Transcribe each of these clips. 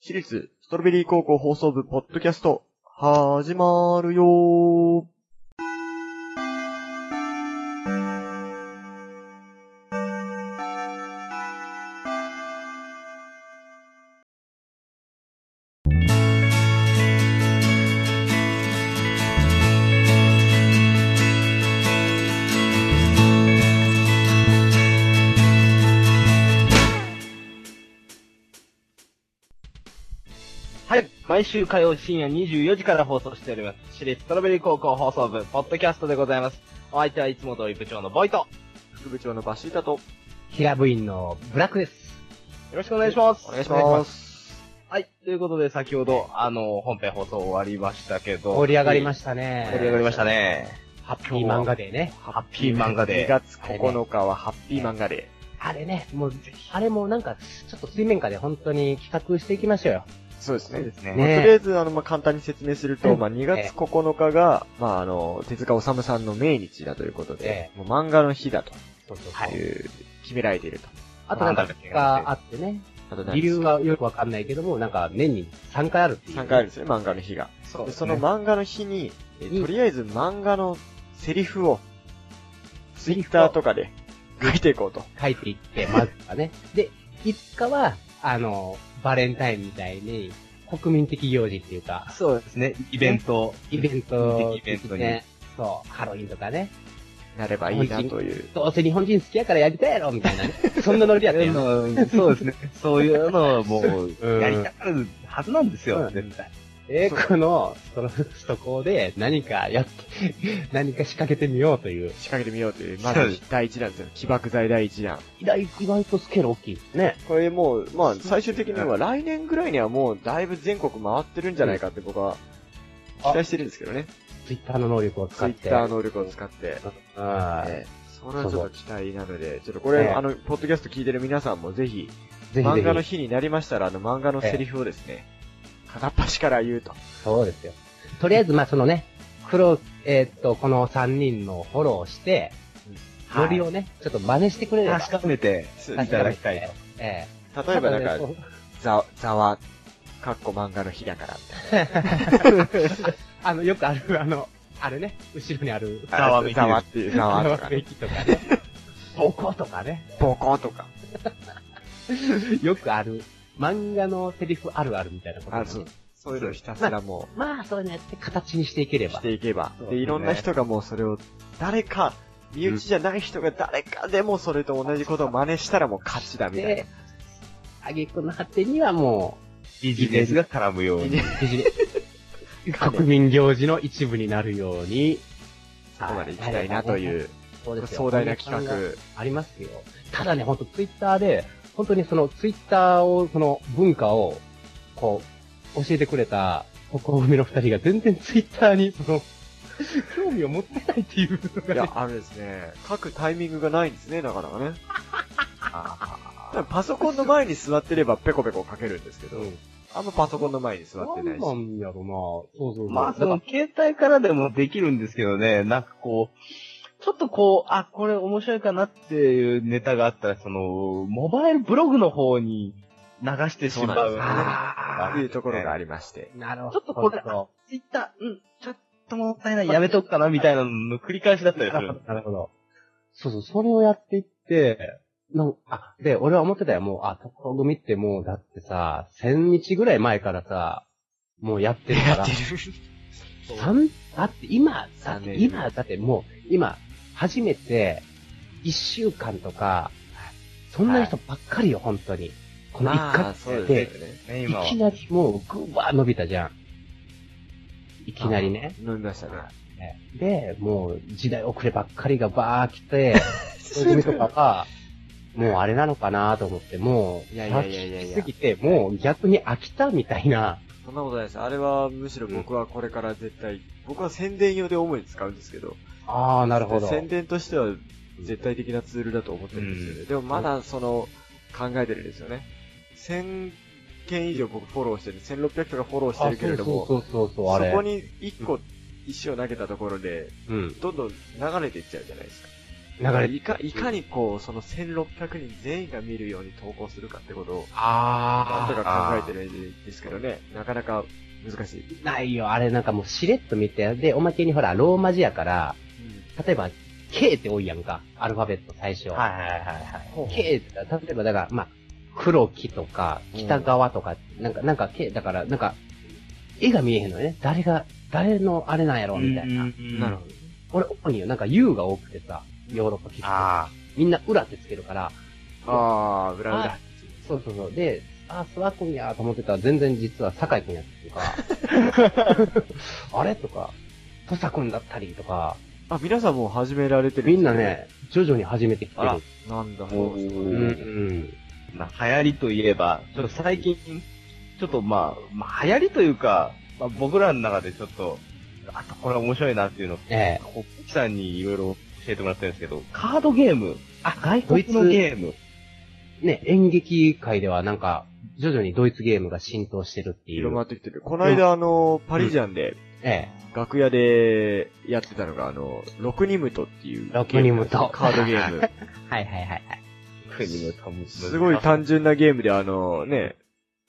私立ストロベリー高校放送部ポッドキャスト、始まるよー。はい。毎週火曜深夜24時から放送しております。私立ストロベリー高校放送部、ポッドキャストでございます。お相手はいつも通り部長のボイト。副部長のバシータと、平部員のブラックです。よろしくお願いします。お願いします。はい。ということで、先ほど、あの、本編放送終わりましたけど。盛り上がりまししたたね。盛り上がりましたね。ハッいい漫画でね。ハッピー漫画2で。月9日はハッピー漫画で。あれね、もう、あれもなんか、ちょっと水面下で本当に企画していきましょうよ。そうですそうね。ですね。まあねとりあえず、あの、まあ、簡単に説明すると、うんまあ、2月9日が、まあ、あの、手塚治虫さんの命日だということで、もう漫画の日だとそうそうそうはいいう、決められていると。あとなんか、まあ企画あってね。あと何理由はよくわかんないけども、なんか年に3回あるっていう。 3回あるんですね、漫画の日が。そうでですそねの漫画の日に、えいいとりあえず漫画のセリフを、ツイッターとかで書いていこうと。書いていって、まずはね。で、5日は、あの、バレンタインみたいに、国民的行事っていうか、そうですね。イベント。イベント、イベントにね。そう、ハロウィンとかね。なればいいなという。どうせ日本人好きやからやりたいやろみたいなね。 そんなノリやったよね。うんそうですね。そういうのをも う、んやりたくなるはずなんですよ、うん絶対。えーこの、その、そこで何かやって、 何か仕掛けてみようという。仕掛けてみようという、まそうでずす第一弾ですよ。起爆剤第一弾。意外、意外とスケール大きいですね。これもう、まあ、最終的には来年ぐらいにはもう、だいぶ全国回ってるんじゃないかって僕は、期待してるんですけどね。ツイッターの能力をツ使イっッて。ター能力を使って。うんええそれはちょっと期待なので、ちょっとこえれ、えあの、ポッドキャスト聞いてる皆さんもぜひ、ぜひ漫画のぜひ。日になりましたら、あの漫画のセリフをですね、片っ端から言うと。そうですよ。とりあえず、まあ、そのね、黒、えーっと、この3人のフォローして、ノリをね、ちょっと真似してくれれば。確かめてすい例確かただきたいめとて。。えええばなんか、ねざ、ざわ、かっこ漫画の日だから。 あの、よくある、あの、あれね、後ろにある、ざわめきざわって いう、ざわとわか、めきとかね、ボコとかね。ボコとか。よくある、漫画のセリフあるあるみたいなことあ、ねそう。そういうのをひたすらもまあ、そうやって形にしていけれう、しば。ていけばそう。で、いろんな人がもうそれを、誰か、身内じゃない人が誰かでもそれと同じことを真似したらもう勝ちだみたいで、あげくの果てにはもビジネスが絡むような。に。ねう、無事に 国民行事の一部になるように、そこまで行きたいなという、そうですよ壮大な企。こん画。なありますよ。ただね、ほんとツイッターで、本当にそのツイッターを、その文化を、こう、教えてくれた、ここ海の二人が全然ツイッターに、その、 興味を持ってないっていうのがいねや、あれですね、書くタイミングがないんですね、なかなかね。多分パソコンの前に座ってればペコペコ書けるんですけど、うんあんまパソコンの前に座ってないし。なんなんやろなそうそうそう。まあ、そだの、携帯からでもできるんですけどね、なんかこう、ちょっとこう、あ、これ面白いかなっていうネタがあったら、その、モバイルブログの方に流してしそまうなんう。ですよねあっーていうところがありまして。なるほちょど。っとこれ、なツイッター、うん、ちょっともったいない、やめとくかな、みたいなのの繰り返しだったりするほるど。。なるほど。そうそう、それをやっていって、なんあ、で、俺は思ってたよ、もう、あ、ところ組ってもう、だってさ、1000日ぐらい前からさ、もうやってるから。三だって今、だって今、だってもう、今、初めて、1週間とか、そんな人ばっかりよ、本当に。この1まあ、ヶそう月で、ですよね。ね、今いはき。なりもう、ぐわー伸びたじゃん。いきなりね。飲みましたね。で、もう時代遅ればっかりがばー来て、 そういうとかが、もうあれなのかなと思って、もう、いやいやいやいやいや飽きすぎて、もう逆に飽きたみたいな。そんなことないです。あれは、むしろ僕はこれから絶対、僕は宣伝用で主に使うんですけど、ああ、なるほど。宣伝としては絶対的なツールだと思ってるんですよね。でもまだその、考えてるんですよね。1000件以上僕フォローしてる、1600とかフォローしてるけれども、あそうそうそうそうそう、あそれ。こに1個石を投げたところで、うん。どんどん流れていっちゃうじゃないですか。流れていか、いかにこう、その1600人全員が見るように投稿するかってことを、なんあとか考えてるんですけどね、なかなか難しい。ー。ないよ、あれなんかもうしれっと見て、で、おまけにほら、ローマ字やから、例えば、K って多いやんか、アルファベット最初。はいはいはいはい。ほうほう K って言ったら例えばだから、まあ、黒木とか、北川とか、なんか、なんか K、だから、なんか、絵が見えへんのね。誰が、誰のあれなんやろ、みたいなな。なるほど。俺、主によ、なんか U が多くてさ、ヨーロッパ聞くあと。みんな裏ってつけるから、ああ、裏裏。あそうそうそう。で、あ、諏訪君やと思ってたら、全然実は酒井君やったり とか、あれとか、土佐君だったりとか、あ、皆さんもう始められてるみんですな。ね、徐々に始めてきてあらる。なんだ、あ。そうですうん、ね。うん。まあ、流行りといえば、ちょっと最近、ちょっとまあ、まあ、流行りというか、まあ、僕らの中でちょっと、あとこれ面白いなっていうのを、ええこう、さんにいろいろ教えてもらってるんですけど、カードゲーム。あ、外国のドイゲツーム。ね、演劇界ではなんか、徐々にドイツゲームが浸透してるっていう。広まってきてる。この間、あの、パリジャンで、え楽屋でやってたのが、あの、ロクニムトっていう。ロクニムトカードゲー ム。え。はいはいはい。国の多分すごい単純なゲームで、あの、ね、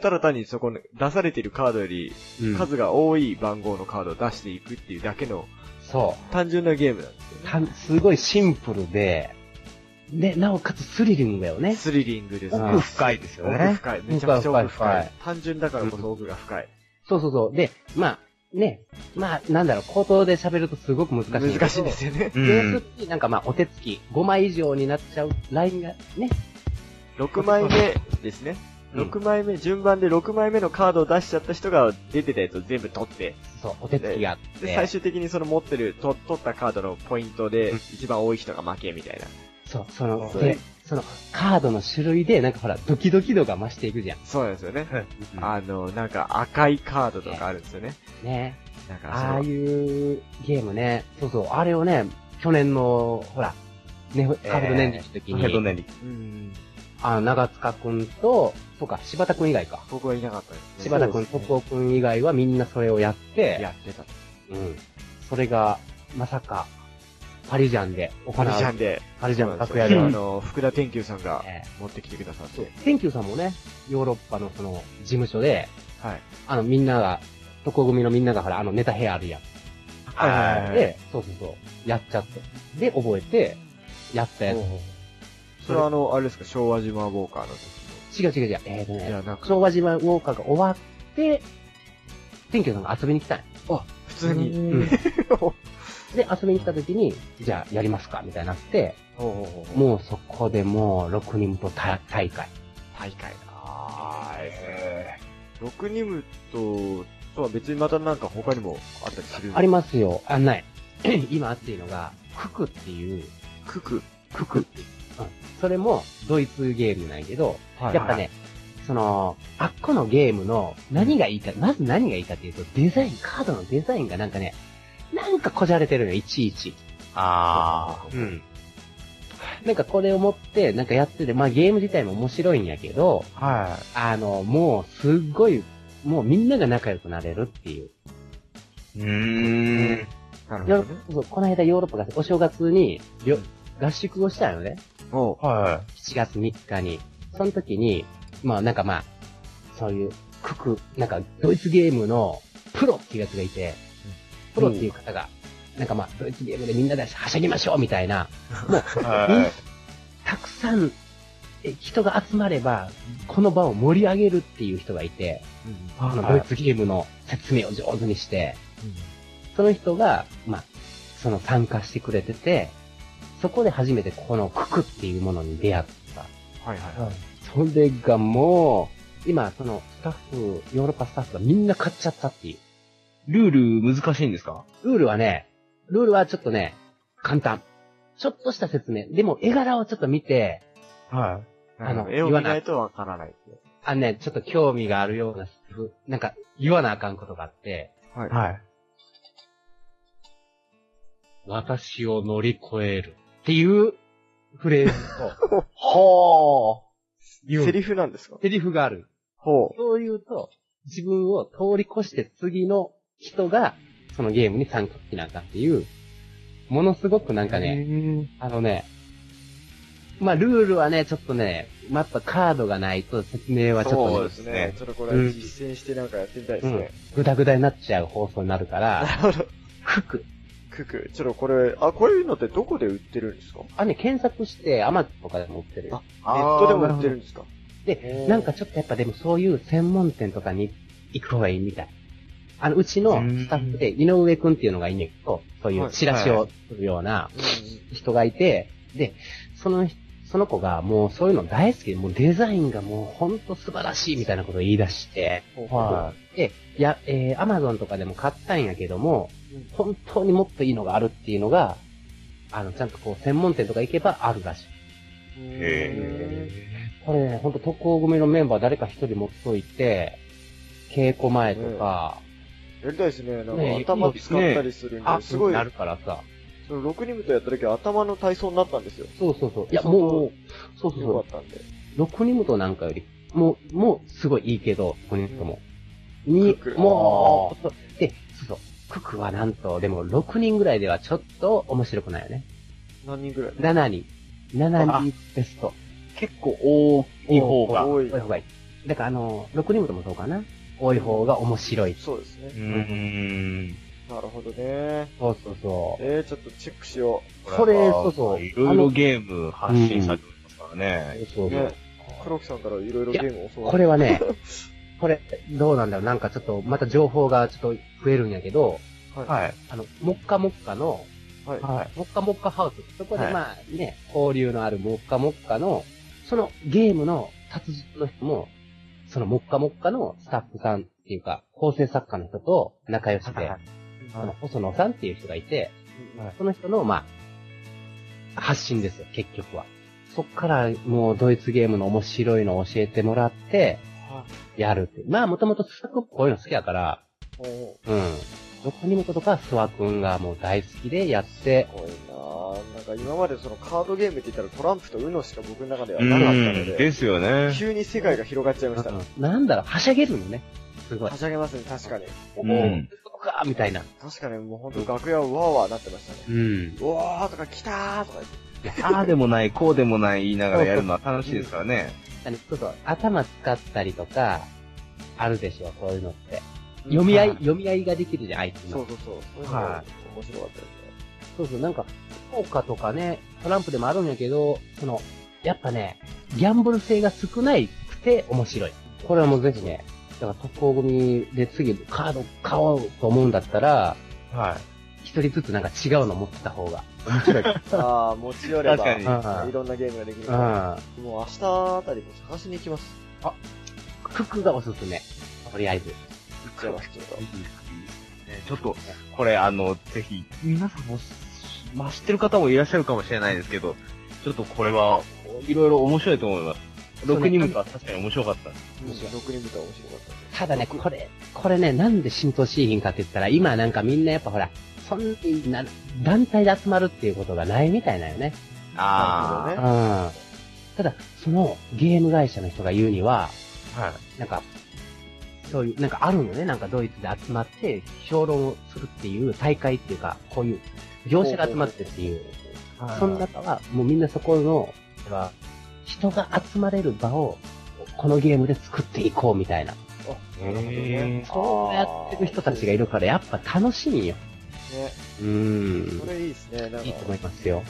ただ単にそこに出されているカードよりうん、数が多い番号のカードを出していくっていうだけのそ単純なゲームなんですうた。すごいシンプルで、で、なおかつスリリングだよね。スリリングですうねん。深いですよ奥ね。深い。めちゃくちゃ奥深深い深い。単純だからこそ奥が深い。そうそうそう。で、まあ、ね、まあ、なんだろう、口頭で喋るとすごく難しいんだけど。難しいんですよね。うベーん。スになんかまあ、お手つき、5枚以上になっちゃうラインがね、 6枚目ですね。うん6枚目、順番で6枚目のカードを出しちゃった人が出てたやつを全部取って、そう、お手つきがあっで、最て、終的にその持ってる、と取ったカードのポイントで、一番多い人が負けみたいな。そう、その、そうで、その、カードの種類で、なんかほら、ドキドキ度が増していくじゃん。そうなんですよね。うんあの、なんか赤いカードとかあるんですよね。ねなんかそああのい、うゲームね、そうそう、あれをね、去年の、ほら、ね、カード年齢の時に、ヘドネリ。うん、あの、長塚くんと、そうか、柴田くん以外か。僕はいなかったですね。柴田くん、そうです徳尾くん以外はみんなそれをやって、ねやってた。うん。それが、まさか、パリジャンで行パわリれジャンで、パリジャンの楽あ屋で。の、福田天球さんがええ持ってきてくださっそうて。。天球さんもね、ヨーロッパのその、事務所で、はい。あの、みんなが、床組のみんながほら、あの、ネタ部屋あるやん。はいはいはいで、そうそうそう、やっちゃって。で、覚えて、やったやつ。それはあの、あれですか、昭和島ウォーカーの時違う違う違う。えーとの。じね、ゃなく、昭和島ウォーカーが終わって、天球さんが遊びに来たんよ普通に。うんで、遊びに来た時に、じゃあやりますかみたいになって、もう、もうそこでもう6人と大大会。大会あー、6ニムと、とは別にまたなんか他にもあったりするありますよ。あ、ない。 今熱いのが、ククっていう、クク。ククっていう。うん。それもドイツゲームなんやけど、はやっぱね、その、あっこのゲームの何がいいか、まず何がいいかっていうと、デザイン、カードのデザインがなんかね、なんかこじゃれてるのよ、いちいち。あうん。なんかこれを持って、なんかやってて、まあゲーム自体も面白いんやけど、あ。はい。あの、もうすっごい、もうみんなが仲良くなれるっていう。うーん。なるほヨどーね。ロそうこの間ヨーロッパがお正月に旅合宿をしたよね。おうは7月3日に。その時に、まあなんかまあ、そういう、クク、なんかドイツゲームのプロっていうやつがいて、プロっていう方が、なんかまあ、ドイツゲームでみんなではしゃぎましょうみたいな、い。はたくさんえ人が集まれば、この場を盛り上げるっていう人がいて、うんい。あのドイツゲームの説明を上手にして、その人が、まあ、その参加してくれてて、そこで初めてこのククっていうものに出会った。はいは。それがもう、今、そのスタッフ、ヨーロッパスタッフがみんな買っちゃったっていう。ルール難しいんですかルールはね、ルールはちょっとね、簡単。ちょっとした説明。でも、絵柄をちょっと見て、はいああの、の絵を見ないとわからない。あのね、ちょっと興味があるような、ふなんか、言わなあかんことがあって、はいい。。はい。私を乗り越える。っていうフレーズ と、はあ。言うセリフなんですかセリフがある。ほそう言うと、自分を通り越して次の人が、そのゲームに参加しなあかんっていう、ものすごくなんかね、ね。あのね、まあ、ルールはね、ちょっとね、まあやっぱカードがないと説明はちょっとね、そうですね。ちょっとこれうん実践してなんかやってみたいですね。ぐだぐだになっちゃう放送になるから、なるほど。ふく。クク、ちょっとこれ、あ、こういうのってどこで売ってるんですかネあ、ね、検索して、アマゾンとかでも売ってるよ。ットでも売ってるんですかで、なんかちょっとやっぱでもそういう専門店とかに行く方がいいみたい。あの、うちのスタッフで、井上くんっていうのがいいねんけど、そういうチラシをするような人がいて、で、その人、その子がもうそういうの大好きで、もうデザインがもうほんと素晴らしいみたいなことを言い出して、うんうん。はで、や、えー、アマゾンとかでも買ったんやけどもうん、本当にもっといいのがあるっていうのが、あの、ちゃんとこう、専門店とか行けばあるらしい。うんい。へこれね、ほんと特攻組のメンバー誰か一人持っといて、稽古前とか、やりたいですね。なんねか頭使ったりするんで、すごいな、るからさ。その6人部とやった時は頭の体操になったんですよ。そうそうそう。いや、そうそうもう、そうそうよかそったんで。う。ロコニムトなんかより、もう、もう、すごいいいけど、ロコニムトも。んにク、クもう、で、そうそう。ククはなんと、でも6人ぐらいではちょっと面白くないよね。何人ぐらい7人。7人ベスト。結構多い方が。多い多い。方がいい。だからあの、6人ともそうかな。多い方が面白い。そうですね。ん。なるほどね。そうそうそう。えー、ちょっとチェックしよ。それ、そうそう。いろいろゲーム発信されてますからあのね。そうそううね、黒木さんからいろいろゲームを教わこれは ね、これ、どうなんだろう。なんかちょっと、また情報がちょっと増えるんやけど、はい。あの、もっかもっかの、はい。はい。もっかもっかハウス。そこではいまあね、交流のあるもっかもっかの、そのゲームの達人の人も、そのもっかもっかのスタッフさんっていうか、構成作家の人と仲良しで、その細野さんっていう人がいて、はいその人の、まあ、発信ですよ、結局は。そっから、もう、ドイツゲームの面白いのを教えてもらって、やるって。まあ、もともとスワ君こういうの好きだから、おーうん。どこにもことか、スワ君がもう大好きでやってす、ごいなぁ。なんか今までそのカードゲームって言ったらトランプとウノしか僕の中ではなかったので、ですよね。急に世界が広がっちゃいましたね。なんだろう、はしゃげるのね。すごいは。しゃげますね、確かに。おうんおかーみたいな。確かにもうほんと楽屋はわーわーなってましたね。うん。うわーとか来たーとか言って。ああでもない、こうでもない言いながらやるのは楽しいですからね。あのそうそう、頭使ったりとか、あるでしょ、そういうのって。読み合い、はい読み合いができるじゃん、相手のそう。そうそう。そういうのが面白かったですね。そうそう、なんか、効果とかね、トランプでもあるんやけど、その、やっぱね、ギャンブル性が少ないくて面白い。これはもうぜひね、だから特攻組で次カード買おうと思うんだったら、は一人ずつなんか違うの持ってた方が面白い。ああ、持ち寄 れば、確かにいろんなゲームができるうから、ん。もう明日あたりも探しに行きます。クックがおすすめ。とりあえず。行っちゃいます、ちょっと。い。ねちょっと、これあの、ぜひ、皆さんも、まあ、知ってる方もいらっしゃるかもしれないですけど、ちょっとこれは、いろいろ面白いと思います。そうね6人目は確かに面白かった。面白い。6人見たら面白かったです。ただね、僕これ、これね、なんで浸透しいひんかって言ったら、今なんかみんなやっぱほら、そんな、団体で集まるっていうことがないみたいなよね。あーうんただ、そのゲーム会社の人が言うには、はい。なんか、そういう、なんかあるんよね。なんかドイツで集まって、評論をするっていう大会っていうか、こういう、業者が集まってっていう。その中は、もうみんなそこの、人が集まれる場を、このゲームで作っていこうみたいな。あ、なるほどねへー。そうやってる人たちがいるから、やっぱ楽しみよ。ら。ね、うーんそ。れいいですね。なんか、いいと思いますよ。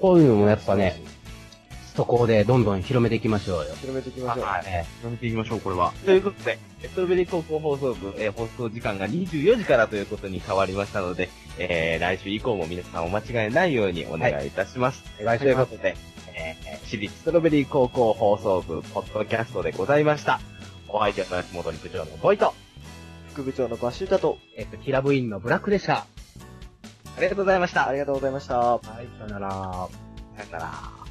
こういうのもやっぱね、そこでどんどん広めていきましょうよ。広めていきましょう。はいねやめていきましょう、これは。ということで、レトロベリー高校放送部、えー放送時間が24時からということに変わりましたので、えー来週以降も皆さんお間違えないようにお願いいたします。お願いしというまこすとで、えー、私立ストロベリー高校放送部、ポッドキャストでございました。お相手は私元陸上のボイト。副部長のバッシュタと、えっと、キラブインのブラックでしあた。りがとうございました。ありがとうございました。はい、さよなら。さよなら。